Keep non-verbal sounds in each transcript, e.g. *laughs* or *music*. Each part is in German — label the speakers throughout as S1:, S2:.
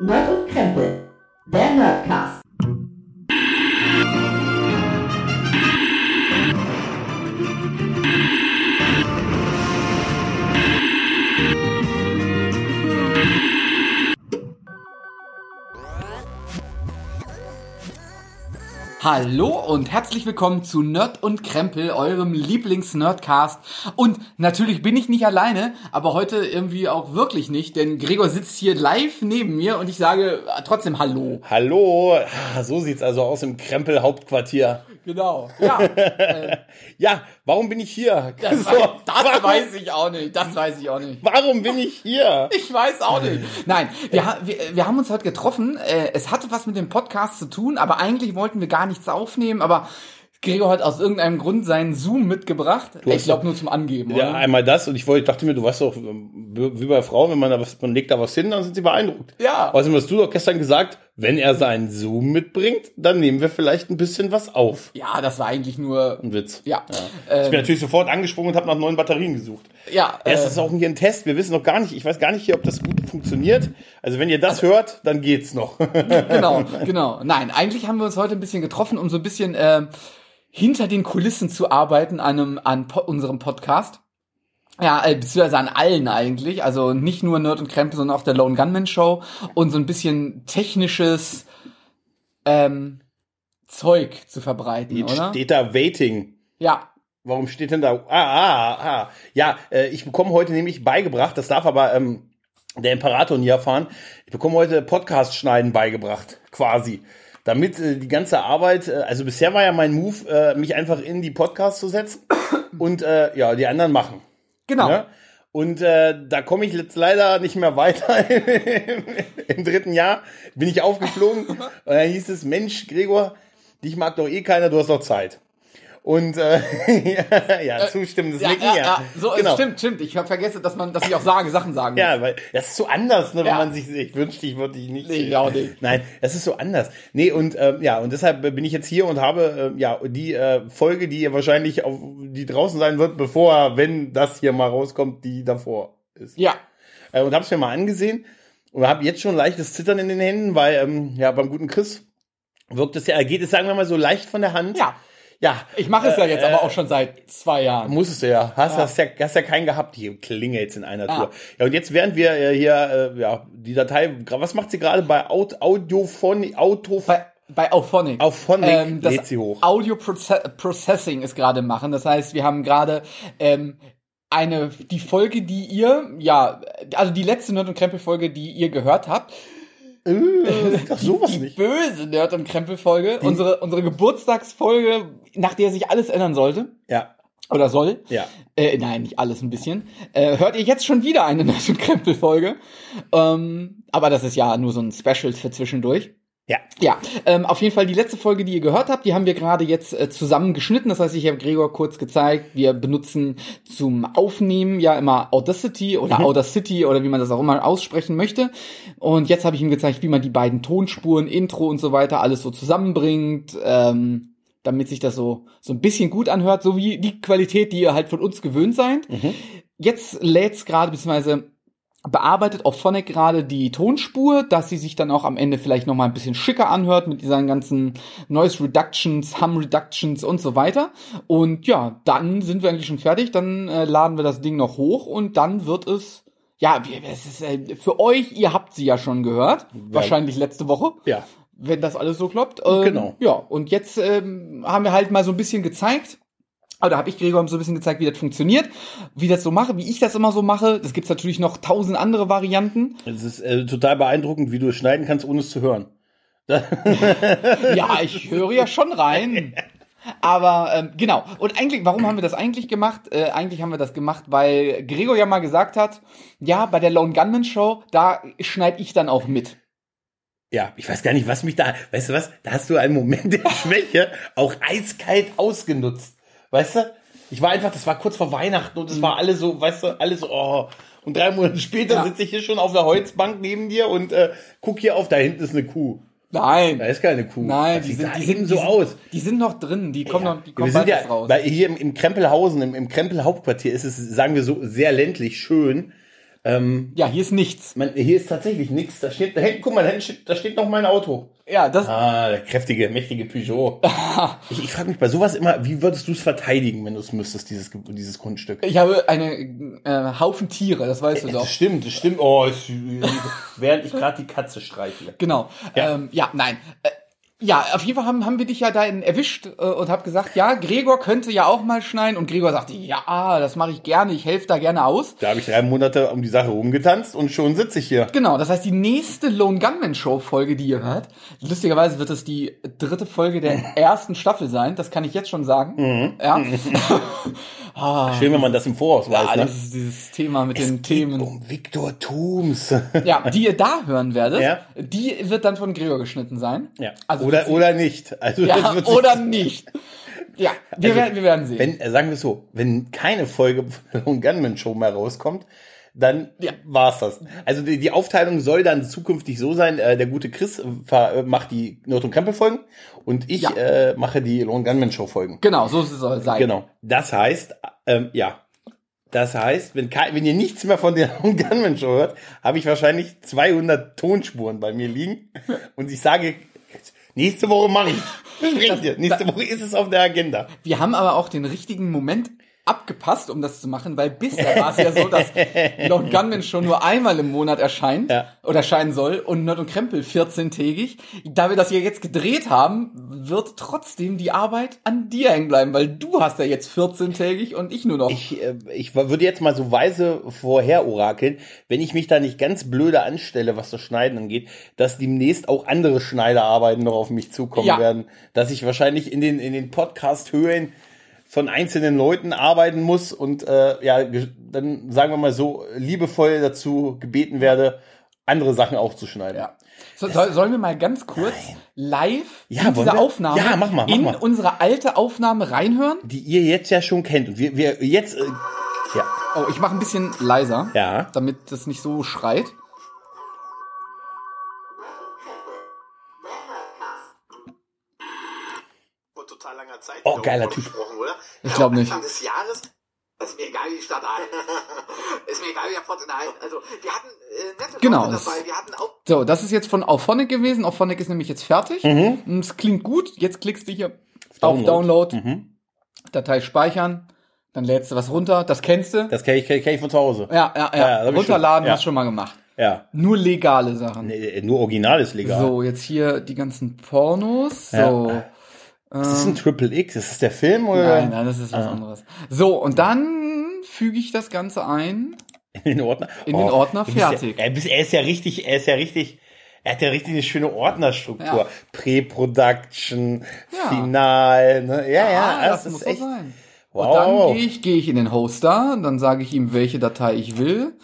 S1: Nerd und Krempel, der Nerdcast.
S2: Hallo und herzlich willkommen zu Nerd und Krempel, eurem Lieblings-Nerdcast. Und natürlich bin ich nicht alleine, aber heute irgendwie auch wirklich nicht, denn Gregor sitzt hier live neben mir und ich sage trotzdem Hallo.
S3: Hallo, Ah, so sieht's also aus im Krempel-Hauptquartier.
S2: Genau.
S3: *laughs*
S2: Ja,
S3: Ja, warum bin ich hier?
S2: das,
S3: *laughs* So,
S2: weiß, das
S3: warum,
S2: weiß ich auch nicht. Das weiß ich auch nicht.
S3: warum bin ich hier?
S2: Ich weiß auch nicht. Nein, wir, ha- wir, wir haben uns heute getroffen. Äh, Es hatte was mit dem Podcast zu tun, aber eigentlich wollten wir gar nichts aufnehmen, aber Gregor hat aus irgendeinem Grund seinen Zoom mitgebracht.
S3: hast
S2: Ich glaube nur zum Angeben,
S3: Ja,
S2: oder?
S3: einmal das und ich wollte, dachte mir, du weißt doch, wie bei Frauen, wenn man da was, man legt da was hin, dann sind sie beeindruckt.
S2: Ja.
S3: Außerdem hast du doch gestern gesagt, wenn er seinen Zoom mitbringt, dann nehmen wir vielleicht ein bisschen was auf.
S2: Ja, das war eigentlich nur.
S3: Ein Witz.
S2: Ja.
S3: Ich bin
S2: Ähm,
S3: natürlich sofort angesprungen und habe nach neuen Batterien gesucht.
S2: ja, äh,
S3: Erst ist auch hier ein Test. Wir wissen noch gar nicht, ich weiß gar nicht hier, ob das gut funktioniert. Also wenn ihr das hört, dann geht's noch.
S2: genau, genau. Nein, eigentlich haben wir uns heute ein bisschen getroffen, um so ein bisschen ähm, hinter den Kulissen zu arbeiten an, einem, an po unserem Podcast. Ja, äh, beziehungsweise an allen eigentlich. Also nicht nur Nerd und Krempel, sondern auch der Lone Gunman Show und so ein bisschen technisches ähm, Zeug zu verbreiten,
S3: Jetzt
S2: oder?
S3: steht da Waiting.
S2: Ja,
S3: Warum steht denn da? Ah, ah, ah. Ja, äh, ich bekomme heute nämlich beigebracht, das darf aber ähm, der Imperator nie erfahren, ich bekomme heute Podcast-Schneiden beigebracht, quasi. Damit äh, die ganze Arbeit, äh, also bisher war ja mein Move, äh, mich einfach in die Podcasts zu setzen und äh, ja, die anderen machen.
S2: genau.
S3: Ne? Und äh, da komme ich jetzt leider nicht mehr weiter. *laughs* Im dritten Jahr bin ich
S2: *laughs*
S3: aufgeflogen und dann hieß es, Mensch, Gregor, dich mag doch eh keiner, du hast doch Zeit. Und äh, *laughs* ja, ja, zustimmendes
S2: Äh, Ja,
S3: Nicken,
S2: ja,
S3: ja.
S2: ja, so,
S3: genau.
S2: stimmt, stimmt. Ich habe vergessen, dass man, dass ich auch sage, Sachen sagen muss.
S3: Ja, weil das ist so anders, ne, wenn
S2: Ja.
S3: man sich, ich wünschte, ich würde dich nicht
S2: Nee,
S3: sehen.
S2: ich auch nicht.
S3: Nein, das ist so anders. Nee, und ähm, ja, und deshalb bin ich jetzt hier und habe ähm, ja die äh, Folge, die ihr wahrscheinlich auf die draußen sein wird, bevor, wenn das hier mal rauskommt, die davor ist.
S2: Ja,
S3: äh, und habe es mir mal angesehen und habe jetzt schon leichtes Zittern in den Händen, weil ähm, ja beim guten Chris wirkt es ja, äh, geht es sagen wir mal so leicht von der Hand.
S2: ja.
S3: ja.
S2: Ich mache es ja
S3: Äh,
S2: jetzt aber auch schon seit zwei Jahren.
S3: Musstest du ja. Hast, Hast, ja, hast ja keinen gehabt. Hier klinge jetzt in einer
S2: Ja.
S3: Tour. Ja, und jetzt während wir äh, hier, äh, ja, die Datei, gra- was macht sie gerade bei Aud Audiophonic, Auto,
S2: Bei, bei Auphonic.
S3: Auphonic
S2: ähm, das
S3: lädt sie hoch.
S2: Audio Proce- Processing ist gerade machen. Das heißt, wir haben gerade ähm, eine die Folge, die ihr ja also die letzte Nerd und Krempel Folge, die ihr gehört habt,
S3: *laughs* Äh, doch sowas
S2: die
S3: nicht.
S2: böse Nerd und Krempel Folge, unsere unsere Geburtstagsfolge, nach der sich alles ändern sollte
S3: Ja,
S2: oder soll.
S3: ja.
S2: Äh, nein, nicht alles ein bisschen. Äh, hört ihr jetzt schon wieder eine *laughs* Nerd und Krempel Folge? Ähm, aber das ist ja nur so ein Special für zwischendurch.
S3: Ja,
S2: Ja, ähm, auf jeden Fall die letzte Folge, die ihr gehört habt, die haben wir gerade jetzt äh, zusammen geschnitten. Das heißt, ich habe Gregor kurz gezeigt, wir benutzen zum Aufnehmen ja immer Audacity oder Audacity oder wie man das auch immer aussprechen möchte. Und jetzt habe ich ihm gezeigt, wie man die beiden Tonspuren, Intro und so weiter, alles so zusammenbringt, ähm, damit sich das so, so ein bisschen gut anhört, so wie die Qualität, die ihr halt von uns gewöhnt seid. Jetzt lädt's gerade, beziehungsweise bearbeitet auch Phonic gerade die Tonspur, dass sie sich dann auch am Ende vielleicht noch mal ein bisschen schicker anhört mit seinen ganzen Noise Reductions, Hum Reductions und so weiter. Und ja, dann sind wir eigentlich schon fertig. Dann äh, laden wir das Ding noch hoch und dann wird es ja, wir, es ist, äh, für euch, ihr habt sie ja schon gehört, wahrscheinlich letzte Woche
S3: ja.
S2: wenn das alles so klappt. Ähm,
S3: Genau.
S2: Ja, und jetzt ähm, haben wir halt mal so ein bisschen gezeigt, oder habe ich Gregor so ein bisschen gezeigt, wie das funktioniert, wie das so mache, wie ich das immer so mache. Es gibt natürlich noch tausend andere Varianten.
S3: Es ist äh, total beeindruckend, wie du es schneiden kannst, ohne es zu hören.
S2: Ja, ich höre ja schon rein. Aber ähm, genau. Und eigentlich, warum haben wir das eigentlich gemacht? Äh, eigentlich haben wir das gemacht, weil Gregor ja mal gesagt hat, ja, bei der Lone Gunman Show, da schneide ich dann auch mit.
S3: Ja, ich weiß gar nicht, was mich da, weißt du was, da hast du einen
S2: *laughs*
S3: Moment der Schwäche auch eiskalt ausgenutzt. Weißt du? Ich war einfach, das war kurz vor Weihnachten und es war alles so, weißt du, alles so, oh. Und drei Monate später
S2: Mhm. Ja.
S3: sitze ich hier schon auf der Holzbank neben dir und äh, guck hier auf, da hinten ist eine Kuh.
S2: Nein.
S3: Da ist keine Kuh.
S2: Nein,
S3: das
S2: die
S3: sieht
S2: sind,
S3: da
S2: die
S3: eben
S2: sind
S3: so
S2: die sind,
S3: aus.
S2: Die sind noch drin, die kommen noch, die
S3: wir
S2: kommen
S3: sind
S2: bald
S3: ja
S2: erst raus.
S3: Bei, hier im, im Krempelhausen, im, im Krempelhauptquartier ist es, sagen wir so, sehr ländlich schön. Ähm,
S2: Ja, hier ist nichts.
S3: man, hier ist tatsächlich nichts. Da steht, da hinten, guck mal, da, hinten steht, da steht noch mein Auto.
S2: Ja, das.
S3: Ah, der kräftige, mächtige
S2: *laughs*
S3: Peugeot. ich ich frage mich bei sowas immer, wie würdest du es verteidigen, wenn du es müsstest, dieses, Ge- dieses Grundstück?
S2: Ich habe eine äh, Haufen Tiere, das weißt du doch.
S3: Äh, Das stimmt, das stimmt. Oh, es- während ich gerade die Katze streichle.
S2: Genau. Ja,
S3: Ja.
S2: ähm, ja nein. Äh, ja, auf jeden Fall haben, haben wir dich ja da in- erwischt äh, und hab gesagt, ja, Gregor könnte ja auch mal schneiden. Und Gregor sagte, ja, das mache ich gerne, ich helfe da gerne aus.
S3: Da habe ich drei Monate um die Sache rumgetanzt und schon sitze ich hier.
S2: Genau, das heißt, die nächste Lone Gunman Show Folge, die ihr hört, lustigerweise wird es die dritte Folge
S3: *laughs*
S2: der ersten Staffel sein, das kann ich jetzt schon sagen.
S3: Mhm.
S2: Ja.
S3: Schön, wenn man das im Voraus
S2: Ah, das
S3: weiß. ne?
S2: ist dieses Thema mit den Themen.
S3: Um Viktor *laughs* Tooms.
S2: Ja, die ihr da hören werdet,
S3: Ja.
S2: die wird dann von Gregor geschnitten sein.
S3: Ja.
S2: Also
S3: oder, oder nicht. Also, das
S2: *laughs* Ja,
S3: wird sich-
S2: oder nicht. Ja, wir,
S3: Also,
S2: werden, wir werden sehen.
S3: Wenn, äh, sagen wir es so, wenn keine Folge *laughs* von Lone Gunman Show mehr rauskommt, dann
S2: Ja.
S3: war's das. Also die, die Aufteilung soll dann zukünftig so sein, äh, der gute Chris äh, ver- äh, macht die Not- und Krempel-Folgen und ich
S2: Ja.
S3: äh, mache die Lone Gunman Show-Folgen.
S2: genau, so soll es sein.
S3: Genau. Das heißt, ähm, ja. Das heißt, wenn, kei- wenn ihr nichts mehr von der *laughs* Lone Gunman Show hört, habe ich wahrscheinlich 200 Tonspuren bei mir liegen und ich sage, nächste Woche mache ich Verspreche dir, nächste Woche ist es auf der Agenda.
S2: Wir haben aber auch den richtigen Moment abgepasst, um das zu machen, weil bisher war es ja so,
S3: *laughs*
S2: dass Lone Gunman schon nur einmal im Monat erscheint
S3: Ja.
S2: oder erscheinen soll und Nerd und Krempel 14-tägig. Da wir das ja jetzt gedreht haben, wird trotzdem die Arbeit an dir hängen bleiben, weil du hast ja jetzt 14-tägig und ich nur noch.
S3: Ich, äh, ich würde jetzt mal so weise vorher orakeln, wenn ich mich da nicht ganz blöde anstelle, was das Schneiden angeht, dass demnächst auch andere Schneiderarbeiten noch auf mich zukommen
S2: Ja.
S3: werden, dass ich wahrscheinlich in den, in den Podcast-Höhen von einzelnen Leuten arbeiten muss und äh, ja, ge- dann sagen wir mal so liebevoll dazu gebeten werde, andere Sachen auch zu schneiden.
S2: Ja. So, soll, sollen wir mal ganz kurz live
S3: Ja,
S2: in
S3: wollen
S2: diese
S3: wir?
S2: Aufnahme,
S3: Ja, mach mal, mach
S2: in
S3: mal.
S2: unsere alte Aufnahme reinhören?
S3: Die ihr jetzt ja schon kennt. Und wir, wir jetzt. Äh, ja.
S2: Oh, ich mache ein bisschen leiser,
S3: Ja.
S2: damit das nicht so schreit.
S4: vor total langer Zeit.
S3: Oh,
S4: wieder
S3: geiler
S4: gesprochen, Oder?
S2: Ich glaub nicht.
S4: Anfang des Jahres. Ist mir egal, wie die Stadt ein. *laughs* ist mir egal, wie der Pott ein. Also, wir hatten äh, nette
S2: Genau,
S4: Leute
S2: das-
S4: dabei. Wir hatten auch
S2: So, das ist jetzt von Auphonic gewesen. Auphonic ist nämlich jetzt fertig.
S3: Mhm.
S2: Und Es klingt gut. Jetzt klickst du hier auf Download,
S3: Mhm.
S2: Datei speichern, dann lädst du was runter. Das kennst du.
S3: Das kenne ich, kenn ich von zu Hause.
S2: ja, ja,
S3: Ja,
S2: ja.
S3: das hab ich
S2: Runterladen
S3: schon. Ja.
S2: hast du schon mal gemacht.
S3: ja.
S2: Nur legale Sachen.
S3: Nee, Nur Original ist legal.
S2: So, jetzt hier die ganzen Pornos. So. Ähm,
S3: Ja. Ist das ein Ah. Triple X? Ist das der Film oder
S2: Nein, nein, das ist was anderes. So, und dann füge ich das Ganze ein.
S3: in den Ordner? Oh,
S2: In den Ordner
S3: du bist ja-
S2: fertig.
S3: Er, bist- er ist ja richtig, er ist ja richtig, er hat ja richtig eine schöne Ordnerstruktur.
S2: Ja.
S3: Pre-Production,
S2: Ja.
S3: Final, ne? Ja, ja,
S2: Ah,
S3: das, ist
S2: so
S3: echt.
S2: sein. Und
S3: Wow.
S2: dann gehe ich, gehe ich in den Hoster, dann sage ich ihm, welche Datei ich will,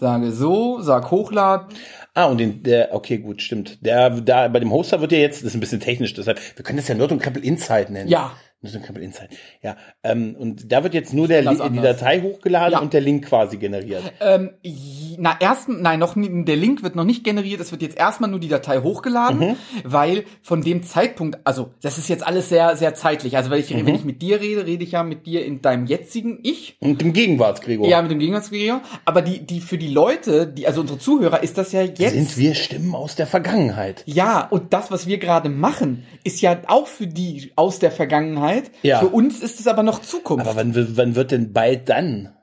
S2: sage so, sag hochladen.
S3: ah, und den, der, okay, gut, stimmt. Der, da, bei dem Hoster wird ja jetzt, das ist ein bisschen technisch, deshalb, wir können das ja Nord und Krempel Insight nennen.
S2: Ja.
S3: Nord und Krempel Insight. Ja, ähm, und da wird jetzt nur der,
S2: Ganz
S3: Li- die
S2: anders.
S3: Datei hochgeladen
S2: Ja.
S3: und der Link
S2: *laughs*
S3: quasi generiert.
S2: Ähm, j- na, erstens, nein, noch nie, der Link wird noch nicht generiert, es wird jetzt erstmal nur die Datei hochgeladen,
S3: Mhm.
S2: weil von dem Zeitpunkt, also das ist jetzt alles sehr, sehr zeitlich. Also wenn ich,
S3: Mhm.
S2: wenn ich mit dir rede, rede ich ja mit dir in deinem jetzigen Ich.
S3: Und dem Gegenwartsgregor.
S2: Ja, mit dem Gegenwartsvideo. Aber die, die für die Leute, die, also unsere Zuhörer, ist das ja jetzt.
S3: Sind wir Stimmen aus der Vergangenheit?
S2: Ja, und das, was wir gerade machen, ist ja auch für die aus der Vergangenheit.
S3: Ja.
S2: Für uns ist es aber noch Zukunft.
S3: Aber wann, wi- wann wird denn bald dann?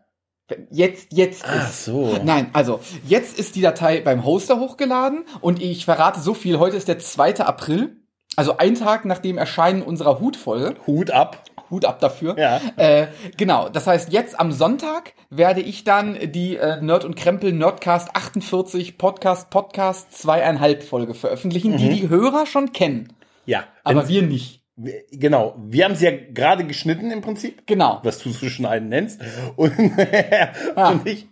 S2: jetzt, jetzt
S3: Ach
S2: ist.
S3: so.
S2: Nein, also jetzt ist die Datei beim Hoster hochgeladen und ich verrate so viel. Heute ist der 2. April, also ein Tag nach dem Erscheinen unserer Hutfolge.
S3: Hut ab.
S2: Hut ab dafür.
S3: Ja.
S2: Äh, genau, das heißt, jetzt am Sonntag werde ich dann die äh, Nerd und Krempel Nerdcast 48 Podcast Podcast zweieinhalb Folge veröffentlichen,
S3: Mhm.
S2: die die Hörer schon kennen,
S3: Ja.
S2: aber wir nicht.
S3: Wir- genau. Wir haben sie ja gerade geschnitten im Prinzip,
S2: Genau.
S3: was du zu schneiden nennst. *laughs* Und, und ich.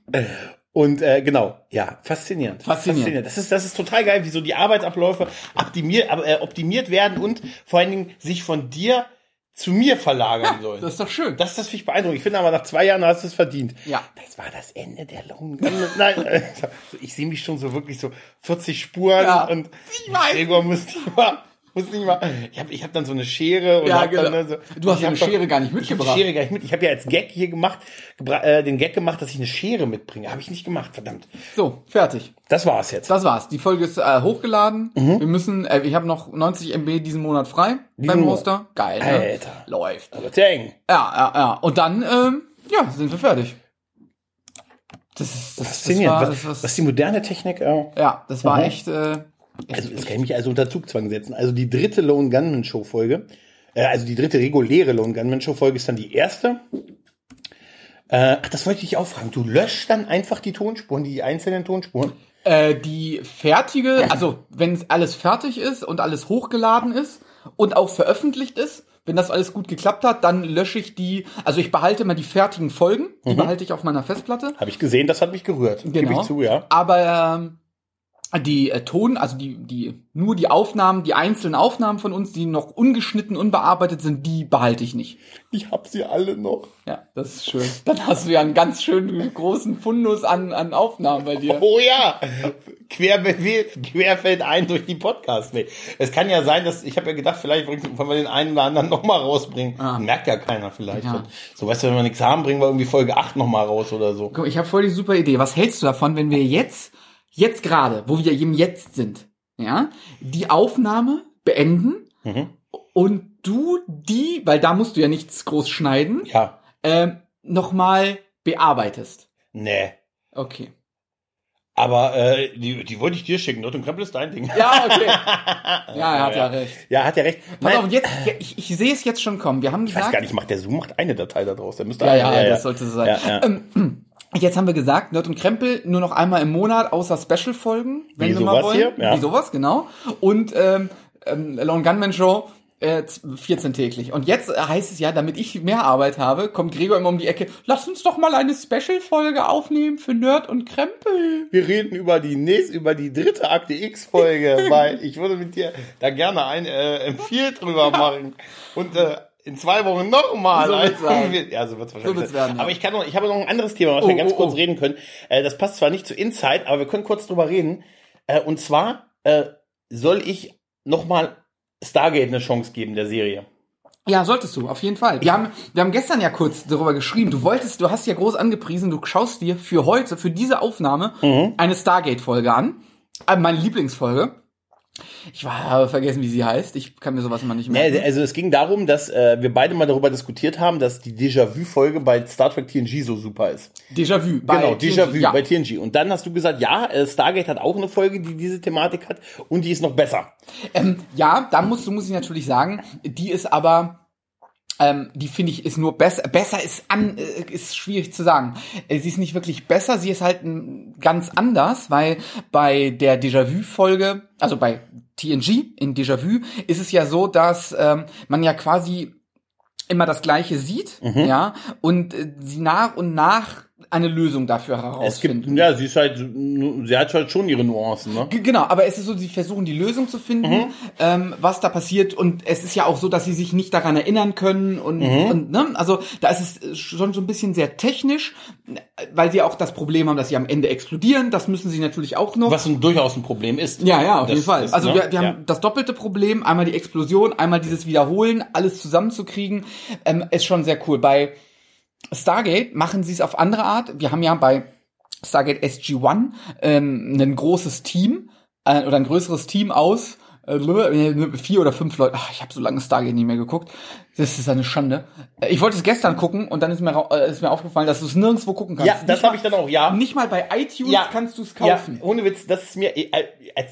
S3: Und äh, genau, ja, faszinierend.
S2: Faszinierend.
S3: Das ist, das ist total geil, wie so die Arbeitsabläufe optimiert, aber, äh, optimiert werden und vor allen Dingen sich von dir zu mir verlagern
S2: *laughs*
S3: sollen.
S2: Das ist doch schön.
S3: Das, das finde ich beeindruckend. Ich finde aber, nach zwei Jahren hast du es verdient.
S2: Ja.
S3: Das war das Ende der Lungen. *laughs* Nein, äh, ich sehe mich schon so wirklich so 40 Spuren
S2: Ja.
S3: und
S2: Ich weiß.
S3: Gregor muss die mal Muss nicht mal. Ich habe ich hab dann so eine Schere und
S2: Ja,
S3: hab
S2: genau.
S3: dann ne, so,
S2: Du hast
S3: ich
S2: ja
S3: hab
S2: eine
S3: doch-
S2: Schere gar nicht
S3: Ich hab die
S2: mitgebracht.
S3: Schere gar nicht mit. Ich habe ja als Gag hier gemacht, gebra- äh, den Gag gemacht, dass ich eine Schere mitbringe. Habe ich nicht gemacht, verdammt.
S2: So, fertig.
S3: Das war's jetzt.
S2: Das war's. Die Folge ist äh, hochgeladen.
S3: Mhm.
S2: Wir müssen, äh, ich habe noch 90 MB diesen Monat frei beim
S3: Monat.
S2: Hoster. Geil, ne?
S3: Alter.
S2: Läuft.
S3: Aber dang.
S2: Ja, ja, ja. Und dann, ähm, ja, sind wir fertig. Das ist das, das war,
S3: Faszinierend. was,
S2: das,
S3: was,
S2: was,
S3: die moderne Technik. Äh,
S2: ja, das war
S3: Mhm.
S2: echt. Äh,
S3: also, das kann ich mich also unter Zugzwang setzen. Also die dritte Lone Gunman Show Folge. Äh, also die dritte reguläre Lone Gunman Show Folge ist dann die erste. Äh, ach, das wollte ich dich auch fragen. Du löscht dann einfach die Tonspuren, die einzelnen Tonspuren.
S2: Äh, die fertige, also wenn alles fertig ist und alles hochgeladen ist und auch veröffentlicht ist, wenn das alles gut geklappt hat, dann lösche ich die, also ich behalte immer die fertigen Folgen, die
S3: Mhm.
S2: behalte ich auf meiner Festplatte.
S3: Habe ich gesehen, das hat mich gerührt. Gebe
S2: Genau.
S3: ich zu, ja.
S2: Aber ähm, die äh, Ton, also die, die, nur die Aufnahmen, die einzelnen Aufnahmen von uns, die noch ungeschnitten, unbearbeitet sind, die behalte ich nicht.
S3: Ich habe sie alle noch.
S2: Ja, das ist schön. Dann hast du ja einen ganz schönen großen Fundus an, an Aufnahmen bei dir.
S3: Oh ja, Querbe- querfeld ein durch die Podcast-Welt. Es kann ja sein, dass ich habe ja gedacht, vielleicht bringen- wollen wir den einen oder anderen nochmal rausbringen.
S2: Ah.
S3: Merkt ja keiner vielleicht.
S2: Ja.
S3: So, weißt du, wenn wir nichts haben, bringen wir irgendwie Folge 8 nochmal raus oder so.
S2: Guck, mal, ich habe voll die super Idee. Was hältst du davon, wenn wir jetzt, jetzt gerade, wo wir im Jetzt sind, ja, die Aufnahme beenden und du die, weil da musst du ja nichts groß schneiden,
S3: Ja,
S2: ähm, nochmal bearbeitest.
S3: nee.
S2: Okay.
S3: Aber äh, die, die wollte ich dir schicken. Dort im Krempel ist dein Ding.
S2: Ja,
S3: *laughs*
S2: okay. Ja, er hat ja recht.
S3: Ja, hat ja recht.
S2: Pass
S3: Nein,
S2: auf, jetzt, ich, ich sehe es jetzt schon kommen. Wir haben
S3: ich weiß
S2: gesagt,
S3: gar nicht, macht der Zoom macht eine Datei da draus. Der müsste
S2: ja,
S3: eine-
S2: ja, das sollte so sein.
S3: Ja, ja.
S2: Ähm, *clears throat* jetzt haben wir gesagt, Nerd und Krempel nur noch einmal im Monat, außer Special-Folgen, wenn
S3: Wie
S2: wir mal
S3: sowas
S2: wollen.
S3: hier, ja.
S2: Wie sowas, genau. Und ähm, ähm, Lone Gunman Show. Äh, z- 14 täglich. Und jetzt äh, heißt es ja, damit ich mehr Arbeit habe, kommt Gregor immer um die Ecke, lass uns doch mal eine Special-Folge aufnehmen für Nerd und Krempel.
S3: Wir reden über die nächste, über die dritte
S2: *laughs*
S3: Akte X-Folge, weil ich würde mit dir da gerne ein äh, Empfehl drüber machen. Und äh, in zwei Wochen nochmal.
S2: So wird's
S3: *laughs*
S2: sein.
S3: ja, so wird's wahrscheinlich.
S2: wird's
S3: sein.
S2: werden, ja.
S3: Aber ich kann noch, ich habe noch ein anderes Thema, was wir
S2: Oh,
S3: ganz
S2: oh,
S3: kurz
S2: oh.
S3: reden können. Äh, das passt zwar nicht zu Insight, aber wir können kurz drüber reden. Äh, und zwar äh, soll ich nochmal Stargate eine Chance geben der Serie.
S2: Ja, solltest du, auf jeden Fall. Wir haben, wir haben gestern ja kurz darüber geschrieben, du wolltest, du hast ja groß angepriesen, du schaust dir für heute, für diese Aufnahme,
S3: Mhm.
S2: eine Stargate-Folge an. Äh, Meine Lieblingsfolge. Ich war, habe vergessen, wie sie heißt. Ich kann mir sowas immer nicht merken.
S3: Ja, also es ging darum, dass äh, wir beide mal darüber diskutiert haben, dass die Déjà-vu-Folge bei Star Trek TNG so super ist.
S2: Déjà-vu. bei
S3: Genau,
S2: TNG,
S3: Déjà-vu
S2: Ja.
S3: bei TNG. Und dann hast du gesagt, ja, äh, Stargate hat auch eine Folge, die diese Thematik hat und die ist noch besser.
S2: Ähm, ja, da musst du, muss ich natürlich sagen, die ist aber, ähm, die finde ich, ist nur besser. Besser ist an, äh, ist schwierig zu sagen. Äh, sie ist nicht wirklich besser, sie ist halt ähm, ganz anders, weil bei der Déjà-vu-Folge, also bei TNG in Déjà-vu, ist es ja so, dass ähm, man ja quasi immer das Gleiche sieht,
S3: Mhm.
S2: ja, und äh, sie nach und nach eine Lösung dafür
S3: Es gibt,
S2: herausfinden.
S3: ja, sie ist halt, sie hat halt schon ihre Nuancen, ne?
S2: G- Genau, aber es ist so, sie versuchen die Lösung zu finden, ähm, was da passiert und es ist ja auch so, dass sie sich nicht daran erinnern können und, und ne, also da ist es schon so ein bisschen sehr technisch, weil sie auch das Problem haben, dass sie am Ende explodieren, das müssen sie natürlich auch noch.
S3: Was ein, durchaus ein Problem ist.
S2: Ja, ja, auf
S3: Das
S2: jeden Fall.
S3: ist,
S2: also
S3: ne?
S2: wir, wir haben
S3: Ja.
S2: das doppelte Problem, einmal die Explosion, einmal dieses Wiederholen, alles zusammenzukriegen, ähm, ist schon sehr cool. Bei Stargate machen sie es auf andere Art. Wir haben ja bei Stargate SG-1 ähm, ein großes Team äh, oder ein größeres Team aus äh, vier oder fünf Leute. Ach, ich habe so lange Stargate nicht mehr geguckt. Das ist eine Schande. Äh, Ich wollte es gestern gucken und dann ist mir, rau- äh, ist mir aufgefallen, dass du es nirgendwo gucken kannst.
S3: Ja, das habe ich dann auch, ja.
S2: nicht mal bei iTunes
S3: Ja.
S2: kannst du es kaufen.
S3: Ja, ohne Witz, das ist mir, äh, als,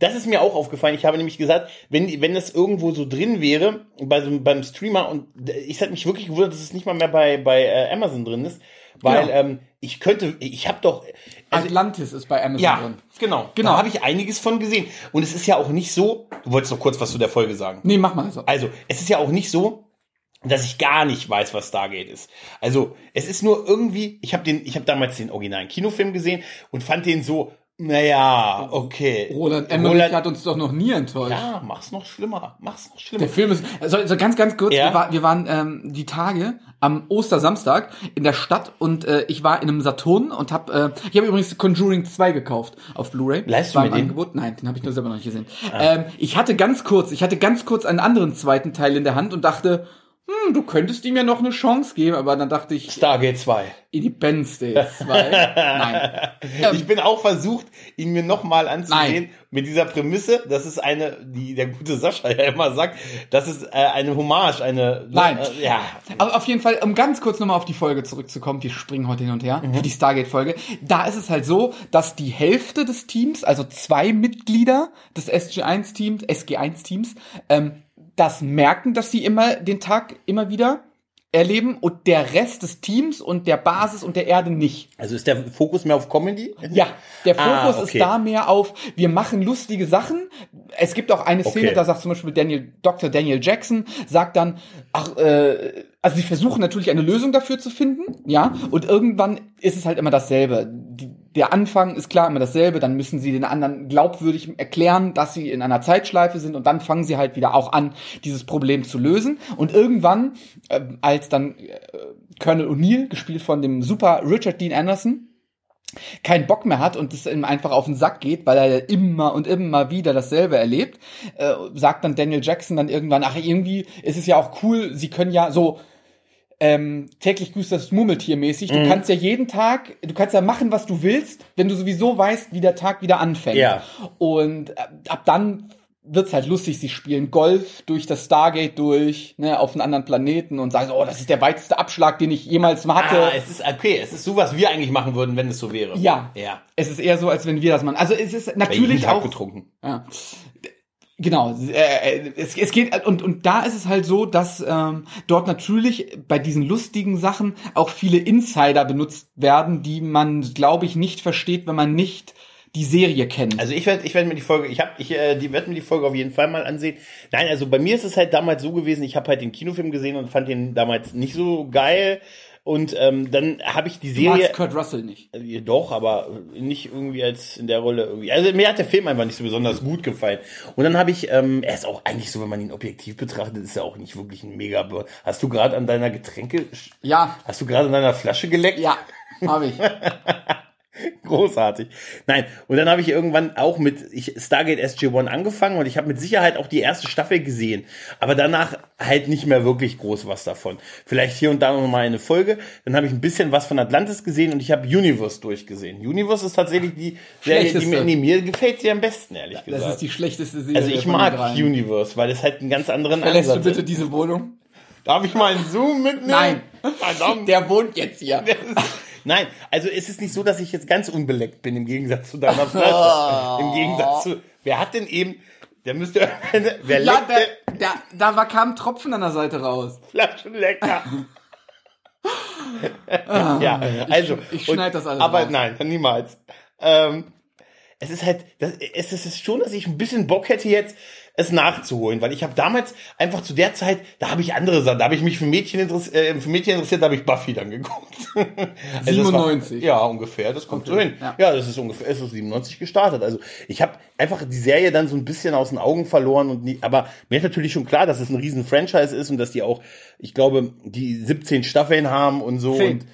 S3: das ist mir auch aufgefallen. Ich habe nämlich gesagt, wenn, wenn das irgendwo so drin wäre, bei so, beim Streamer, und äh, ich hätte mich wirklich gewundert, dass es nicht mal mehr bei, bei äh, Amazon drin ist, weil
S2: Ja.
S3: ähm, ich könnte, ich habe doch, also,
S2: Atlantis ist bei Amazon
S3: ja,
S2: drin.
S3: genau,
S2: Genau.
S3: genau. Da habe ich einiges von gesehen. Und es ist ja auch nicht so, du wolltest noch kurz was zu der Folge sagen.
S2: Nee, mach mal so.
S3: Also, es ist ja auch nicht so, dass ich gar nicht weiß, was Stargate ist. Also, es ist nur irgendwie, ich habe den ich habe damals den originalen Kinofilm gesehen und fand den so Naja, okay.
S2: Roland Emmerich
S3: Roland-
S2: hat uns doch noch nie enttäuscht.
S3: Ja, mach's noch schlimmer. Mach's noch schlimmer.
S2: Der Film ist, also, also ganz, ganz kurz,
S3: Ja.
S2: wir, war, wir waren ähm, die Tage am Ostersamstag in der Stadt und äh, ich war in einem Saturn und hab, äh, ich habe übrigens Conjuring 2 gekauft auf Blu-ray.
S3: Leihst du Ah.
S2: War
S3: mir
S2: im
S3: den?
S2: Angebot? Nein, den habe ich nur selber noch nicht gesehen. Ähm, ich hatte ganz kurz, ich hatte ganz kurz einen anderen zweiten Teil in der Hand und dachte, hm, du könntest ihm ja noch eine Chance geben, aber dann dachte ich,
S3: Stargate 2.
S2: Independence Day
S3: *laughs*
S2: 2. Nein. Ähm,
S3: ich bin auch versucht, ihn mir nochmal anzusehen
S2: Nein.
S3: mit dieser Prämisse, das ist eine, die der gute Sascha ja immer sagt, das ist äh, eine Hommage, eine.
S2: Nein.
S3: Äh, ja.
S2: Aber auf jeden Fall, um ganz kurz nochmal auf die Folge zurückzukommen, wir springen heute hin und her, für die Stargate-Folge, da ist es halt so, dass die Hälfte des Teams, also zwei Mitglieder des SG1-Teams, SG1-Teams, ähm, das merken, dass sie immer den Tag immer wieder erleben und der Rest des Teams und der Basis und der Erde nicht.
S3: Also ist der Fokus mehr auf Comedy?
S2: Ja, der
S3: Ah,
S2: Fokus
S3: okay.
S2: ist da mehr auf, wir machen lustige Sachen. Es gibt auch eine Szene,
S3: Okay.
S2: da sagt zum Beispiel Daniel, Dr. Daniel Jackson, sagt dann, ach, äh, also sie versuchen natürlich eine Lösung dafür zu finden, ja, und irgendwann ist es halt immer dasselbe. Die, der Anfang ist klar immer dasselbe, dann müssen sie den anderen glaubwürdig erklären, dass sie in einer Zeitschleife sind und dann fangen sie halt wieder auch an, dieses Problem zu lösen. Und irgendwann, äh, als dann äh, Colonel O'Neill, gespielt von dem super Richard Dean Anderson, keinen Bock mehr hat und es ihm einfach auf den Sack geht, weil er immer und immer wieder dasselbe erlebt, äh, sagt dann Daniel Jackson dann irgendwann, ach irgendwie ist es ja auch cool, sie können ja so ähm, täglich grüßt das Murmeltier mäßig,
S3: Mhm.
S2: du kannst ja jeden Tag, du kannst ja machen, was du willst, wenn du sowieso weißt, wie der Tag wieder anfängt.
S3: Ja.
S2: Und ab ab dann wird's halt lustig, sie spielen Golf durch das Stargate durch, ne, auf einen anderen Planeten und sagen so, oh, das ist der weiteste Abschlag, den ich jemals hatte.
S3: Ah, es ist okay, es ist so, was wir eigentlich machen würden, wenn es so wäre.
S2: Ja.
S3: Ja.
S2: Es ist eher so, als wenn wir das machen. Also es ist natürlich
S3: Jeden Tag
S2: auch.
S3: getrunken.
S2: Ja. Genau, äh, es, es geht und und da ist es halt so, dass ähm, dort natürlich bei diesen lustigen Sachen auch viele Insider benutzt werden, die man glaube ich nicht versteht, wenn man nicht die Serie kennt.
S3: Also ich werde ich werd mir die Folge, ich habe ich äh, die werde mir die Folge auf jeden Fall mal ansehen. Nein, also bei mir ist es halt damals so gewesen, ich habe halt den Kinofilm gesehen und fand den damals nicht so geil und ähm, dann habe ich die
S2: Du magst
S3: Serie
S2: Kurt Russell nicht.
S3: äh, doch, aber nicht irgendwie als in der Rolle irgendwie. Also mir hat der Film einfach nicht so besonders gut gefallen. Und dann habe ich ähm, er ist auch eigentlich so, wenn man ihn objektiv betrachtet, ist er auch nicht wirklich ein mega Hast du gerade an deiner Getränke
S2: Ja,
S3: hast du gerade an deiner Flasche geleckt?
S2: ja, habe
S3: *laughs*
S2: ich.
S3: Großartig. Nein, und dann habe ich irgendwann auch mit ich, Stargate SG-1 angefangen und ich habe mit Sicherheit auch die erste Staffel gesehen. Aber danach halt nicht mehr wirklich groß was davon. Vielleicht hier und da noch mal eine Folge. Dann habe ich ein bisschen was von Atlantis gesehen und ich habe Universe durchgesehen. Universe ist tatsächlich die Serie, die
S2: Schlechteste.
S3: mir, nee, mir gefällt sie am besten, ehrlich
S2: Das
S3: gesagt.
S2: ist die schlechteste Serie.
S3: also ich
S2: von den
S3: mag
S2: dreien.
S3: Universe, weil es halt einen ganz anderen
S2: Verlässt du
S3: Ansatz
S2: bitte
S3: ist.
S2: diese Wohnung?
S3: Darf ich mal einen Zoom mitnehmen?
S2: Nein.
S3: Verdammt.
S2: Der wohnt jetzt hier.
S3: *laughs* Nein, also es ist nicht so, dass ich jetzt ganz unbeleckt bin, im Gegensatz zu deiner
S2: *laughs*
S3: Flasche. Im Gegensatz zu. Wer hat denn eben. Der müsste. *laughs* Wer
S2: Ja,
S3: leckt
S2: da,
S3: denn
S2: da, da war, kam ein Tropfen an der Seite raus.
S3: Flaschenlecker? ja, also.
S2: Ah, ich
S3: und-
S2: schneid das alles
S3: Aber
S2: raus.
S3: nein, niemals. Ähm, es ist halt. Das, es ist schon, dass ich ein bisschen Bock hätte jetzt es nachzuholen, weil ich habe damals einfach zu der Zeit, da habe ich andere Sachen, da habe ich mich für Mädchen, interess äh, für Mädchen interessiert, da habe ich Buffy dann geguckt. *laughs* Also das war-
S2: 97.
S3: ja, ungefähr, das kommt so hin. Ja.
S2: ja.
S3: das ist ungefähr, es ist 97 gestartet. Also ich habe einfach die Serie dann so ein bisschen aus den Augen verloren und nie, aber mir ist natürlich schon klar, dass es ein riesen Franchise ist und dass die auch, ich glaube, die 17 Staffeln haben und so
S2: Zehn.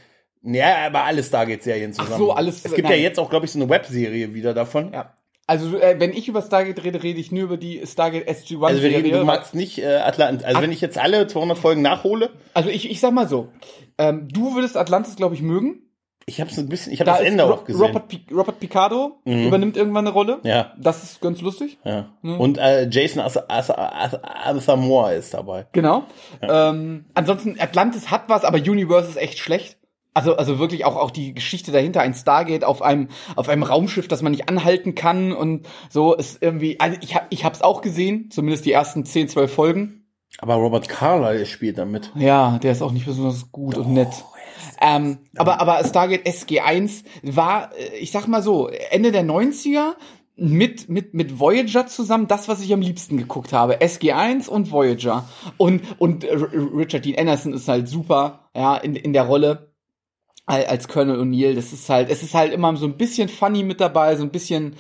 S3: und ja, aber alle Stargate-Serien zusammen.
S2: so, alles-
S3: Es gibt
S2: nein.
S3: ja jetzt auch, glaube ich, so eine Webserie wieder davon.
S2: Ja. Also, äh, wenn ich über Stargate rede, rede ich nur über die Stargate SG-1.
S3: Also wir reden, du
S2: Serie.
S3: magst nicht äh, Atlant. Also wenn ich jetzt alle 200 Folgen nachhole,
S2: also ich, ich sag mal so, ähm, du würdest Atlantis, glaube ich, mögen.
S3: ich habe so ein bisschen, ich habe das
S2: ist
S3: Ende
S2: Ro-
S3: auch gesehen. Mhm.
S2: Robert, Pi Robert Picardo übernimmt irgendwann eine Rolle.
S3: Ja.
S2: Das ist ganz lustig.
S3: ja.
S2: Hm.
S3: Und äh, Jason Arthur Arthur- Arthur Moore ist dabei.
S2: Genau. Ähm, ansonsten, Atlantis hat was, aber Universe ist echt schlecht. Also, also wirklich auch, auch die Geschichte dahinter, ein Stargate auf einem, auf einem Raumschiff, das man nicht anhalten kann und so ist irgendwie, also ich hab, ich hab's auch gesehen, zumindest die ersten 10, 12 Folgen.
S3: Aber Robert Carlyle spielt damit.
S2: Ja, der ist auch nicht besonders gut und nett. Ähm, aber, aber Stargate SG1 war, äh, ich sag mal so, Ende der 90er mit, mit, mit Voyager zusammen das, was ich am liebsten geguckt habe. SG1 und Voyager. Und, und äh, R- Richard Dean Anderson ist halt super, ja, in, in der Rolle. al- als Colonel O'Neill. Das ist halt, es ist halt immer so ein bisschen funny mit dabei, so ein bisschen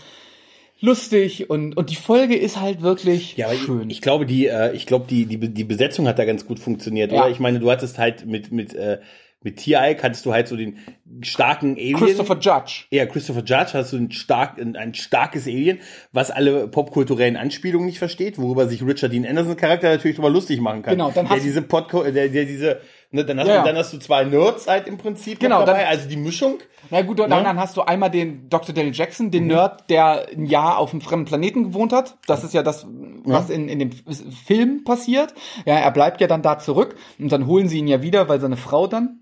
S2: lustig und, und die Folge ist halt wirklich
S3: Ja, aber
S2: schön.
S3: Ich, ich glaube, die, äh, ich glaube, die, die, Be- die Besetzung hat da ganz gut funktioniert,
S2: Ja.
S3: oder? Ich meine, du hattest halt mit, mit, äh, mit T-Ike hattest du halt so den starken Alien.
S2: Christopher Judge.
S3: Ja, Christopher Judge hast du ein, stark, ein, ein starkes Alien, was alle popkulturellen Anspielungen nicht versteht, worüber sich Richard Dean Anderson Charakter natürlich drüber lustig machen kann.
S2: Genau, dann
S3: der
S2: hast-
S3: diese Podco der, der diese, ne, dann hast
S2: Ja,
S3: du,
S2: ja.
S3: dann hast du zwei Nerds halt im Prinzip
S2: Genau,
S3: noch dabei,
S2: dann-
S3: also die Mischung.
S2: Na gut, dann, dann hast du einmal den Dr. Daniel Jackson, den Nerd, der ein Jahr auf einem fremden Planeten gewohnt hat. Das ist ja das, was in, in dem F- Film passiert. Ja, er bleibt ja dann da zurück und dann holen sie ihn ja wieder, weil seine Frau dann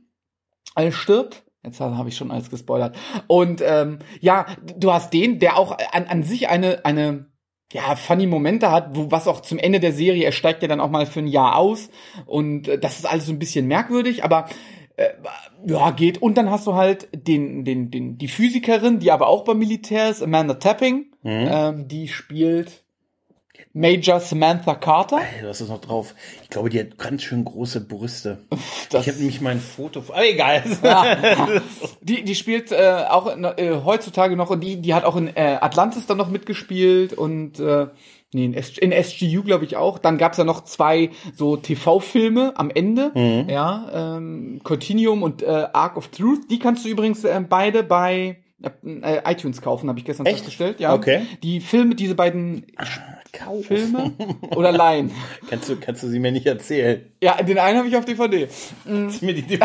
S2: äh, stirbt. Jetzt habe ich schon alles gespoilert. Und ähm, ja, du hast den, der auch an, an sich eine, eine ja, funny Momente hat, wo, was auch zum Ende der Serie, er steigt ja dann auch mal für ein Jahr aus und äh, das ist alles so ein bisschen merkwürdig, aber ja, geht. Und dann hast du halt den, den, den, die Physikerin, die aber auch beim Militär ist, Amanda Tapping. Ähm, die spielt Major Samantha Carter.
S3: Ey, Du hast es noch drauf. Ich glaube, die hat ganz schön große Brüste. *laughs*
S2: Das,
S3: Ich habe nämlich mein Foto. Aber egal. *laughs*
S2: die, die spielt äh, auch in, äh, heutzutage noch und die, die hat auch in äh, Atlantis dann noch mitgespielt und äh, nee, in, S in SGU glaube ich auch. Dann gab's ja noch zwei so TV-Filme am Ende,
S3: Mhm.
S2: ja, ähm, Continuum und äh, Arc of Truth. Die kannst du übrigens äh, beide bei äh, äh, iTunes kaufen, habe ich gestern
S3: Echt?
S2: festgestellt. Ja.
S3: Okay. Ah,
S2: Die Filme, diese beiden Filme
S3: *laughs*
S2: oder Laien.
S3: kannst, du, kannst du sie mir nicht erzählen?
S2: Ja, den einen habe ich auf DVD.
S3: Kannst du mir die DVD,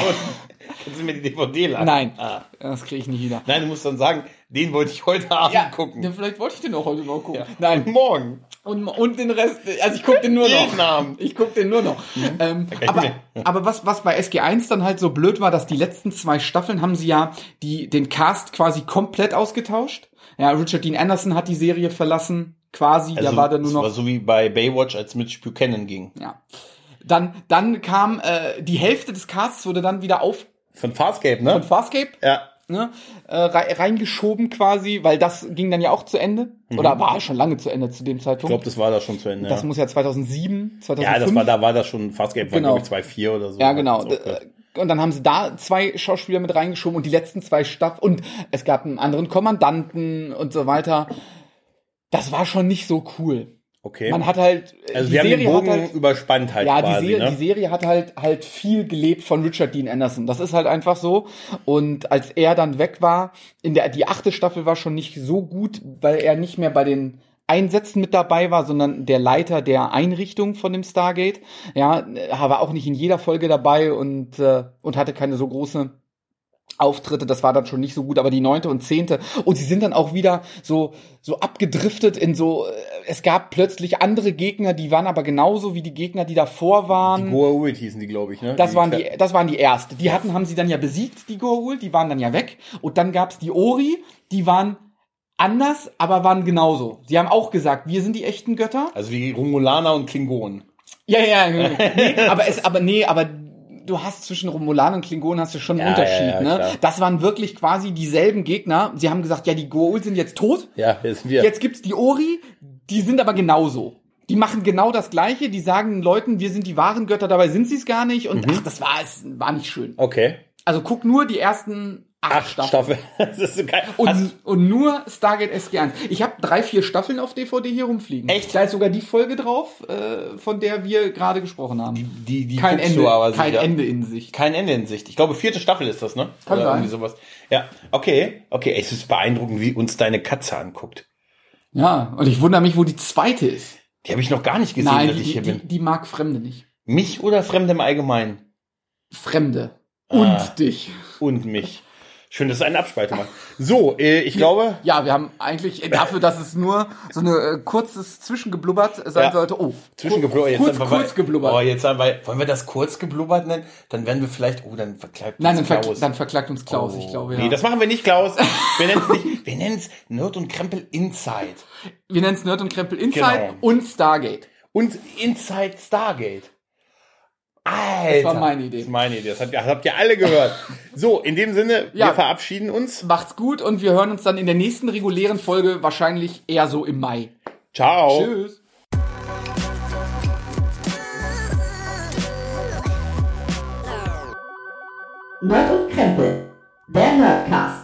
S3: kannst du mir die DVD laden?
S2: Nein,
S3: Ah.
S2: das kriege ich nicht wieder.
S3: Nein, du musst dann sagen, den wollte ich heute Abend gucken.
S2: Ja, vielleicht wollte ich den auch heute noch gucken.
S3: Ja.
S2: Nein,
S3: Morgen.
S2: Und, und den Rest, also ich gucke den nur noch.
S3: Jeden Abend.
S2: Ich gucke den nur noch. Ähm,
S3: ich
S2: aber
S3: mir.
S2: aber was, was bei SG1 dann halt so blöd war, dass die letzten zwei Staffeln haben sie ja die, den Cast quasi komplett ausgetauscht. Ja, Richard Dean Anderson hat die Serie verlassen, quasi, da war dann nur
S3: es
S2: noch.
S3: Also, War so wie bei Baywatch, als Mitch Buchanan ging.
S2: Ja. Dann, dann kam äh, die Hälfte des Casts wurde dann wieder auf
S3: Von Farscape, ne?
S2: von Farscape
S3: ja.
S2: ne, äh, rei- reingeschoben quasi, weil das ging dann ja auch zu Ende. Oder war schon lange zu Ende zu dem
S3: Mhm. Ich
S2: Zeitpunkt.
S3: glaube, das also war da schon zu Ende.
S2: das
S3: ja.
S2: muss ja 2007, 2005
S3: ja, das war, da war das schon Farscape,
S2: Genau.
S3: war, glaube ich, 2-4 oder so.
S2: Ja, genau.
S3: Das ist auch krass.
S2: Und dann haben sie da zwei Schauspieler mit reingeschoben und die letzten zwei Staff und es gab einen anderen Kommandanten und so weiter. Das war schon nicht so cool.
S3: Okay.
S2: Man hat halt
S3: also, wir haben den Bogen überspannt halt
S2: ja,
S3: quasi,
S2: die, Serie,
S3: ne?
S2: die Serie hat halt halt viel gelebt von Richard Dean Anderson. Das ist halt einfach so. Und als er dann weg war, in der die achte Staffel war schon nicht so gut, weil er nicht mehr bei den Einsätzen mit dabei war, sondern der Leiter der Einrichtung von dem Stargate. Ja, er war auch nicht in jeder Folge dabei und äh, und hatte keine so große Auftritte, das war dann schon nicht so gut, aber die neunte und zehnte. Und sie sind dann auch wieder so, so abgedriftet in so, äh, es gab plötzlich andere Gegner, die waren aber genauso wie die Gegner, die davor
S3: Die
S2: waren.
S3: Goa Wild hießen die, glaube ich, ne?
S2: das waren die, das waren die erste. Die hatten, haben sie dann ja besiegt, die Goa'uld, die waren dann ja weg. Und dann gab's die Ori, die waren anders, aber waren genauso. Sie haben auch gesagt, wir sind die echten Götter.
S3: Also wie Romulaner und Klingonen.
S2: Ja, ja, ja,
S3: *laughs*
S2: nee, aber es, aber nee, aber du hast zwischen Romulan und Klingonen hast du schon einen
S3: Ja,
S2: Unterschied,
S3: ja, ja,
S2: ne?
S3: klar.
S2: Das waren wirklich quasi dieselben Gegner. Sie haben gesagt, ja, die Goa'uld sind jetzt tot.
S3: Ja, jetzt sind wir.
S2: Jetzt gibt's die Ori, die sind aber genauso. Die machen genau das Gleiche, die sagen den Leuten, wir sind die wahren Götter, dabei sind sie es gar nicht. Und
S3: Mhm.
S2: ach, das war es, war nicht schön.
S3: Okay.
S2: Also guck nur die ersten acht,
S3: Acht Also
S2: Staffeln.
S3: Staffel. *laughs* Das ist so geil. Hast-
S2: Und, und nur Stargate SG1. Ich habe drei, vier Staffeln auf DVD hier rumfliegen.
S3: Echt?
S2: Da ist sogar die Folge drauf, äh, von der wir gerade gesprochen haben.
S3: die, die
S2: kein
S3: guckst
S2: Ende,
S3: du aber
S2: kein
S3: sicher.
S2: Ende in sich.
S3: Kein Ende in Sicht. Ich glaube, vierte Staffel ist das, ne?
S2: Kann sein.
S3: irgendwie sowas. Ja, okay. Okay, es ist beeindruckend, wie uns deine Katze anguckt.
S2: Ja, und ich wundere mich, wo die zweite ist.
S3: Die habe ich noch gar nicht gesehen,
S2: Nein,
S3: dass
S2: die,
S3: ich
S2: die,
S3: hier
S2: die,
S3: bin.
S2: die mag Fremde nicht.
S3: Mich oder Fremde im Allgemeinen?
S2: Fremde.
S3: Ah.
S2: Und dich.
S3: Und mich. Schön, dass es einen Abspalter macht. So, äh, ich glaube,
S2: Ja, wir haben eigentlich äh, dafür, dass es nur so ein äh, kurzes Zwischengeblubbert sein
S3: Ja.
S2: sollte. Oh,
S3: zwischengeblubbert.
S2: kurz,
S3: einfach
S2: kurz geblubbert.
S3: Oh, jetzt einfach, weil- wollen wir das kurz geblubbert nennen? Dann werden wir vielleicht, oh, dann verklagt
S2: Nein, dann,
S3: uns
S2: verkl
S3: Klaus. Oh.
S2: dann verklagt uns Klaus, ich glaube, ja.
S3: Nee, das machen wir nicht, Klaus. Wir nennen es nicht, wir nennen es Nerd und Krempel Inside.
S2: wir nennen es Nerd und Krempel Inside
S3: Genau.
S2: und Stargate.
S3: Und Inside Stargate. Alter.
S2: war meine Idee.
S3: Das ist meine Idee. Das habt ihr, das habt ihr alle gehört. So, in dem Sinne,
S2: Ja.
S3: wir verabschieden uns.
S2: Macht's gut und wir hören uns dann in der nächsten regulären Folge wahrscheinlich eher so im Mai.
S3: Ciao.
S2: Tschüss.
S1: Nerd und Krempel. der Nerdcast.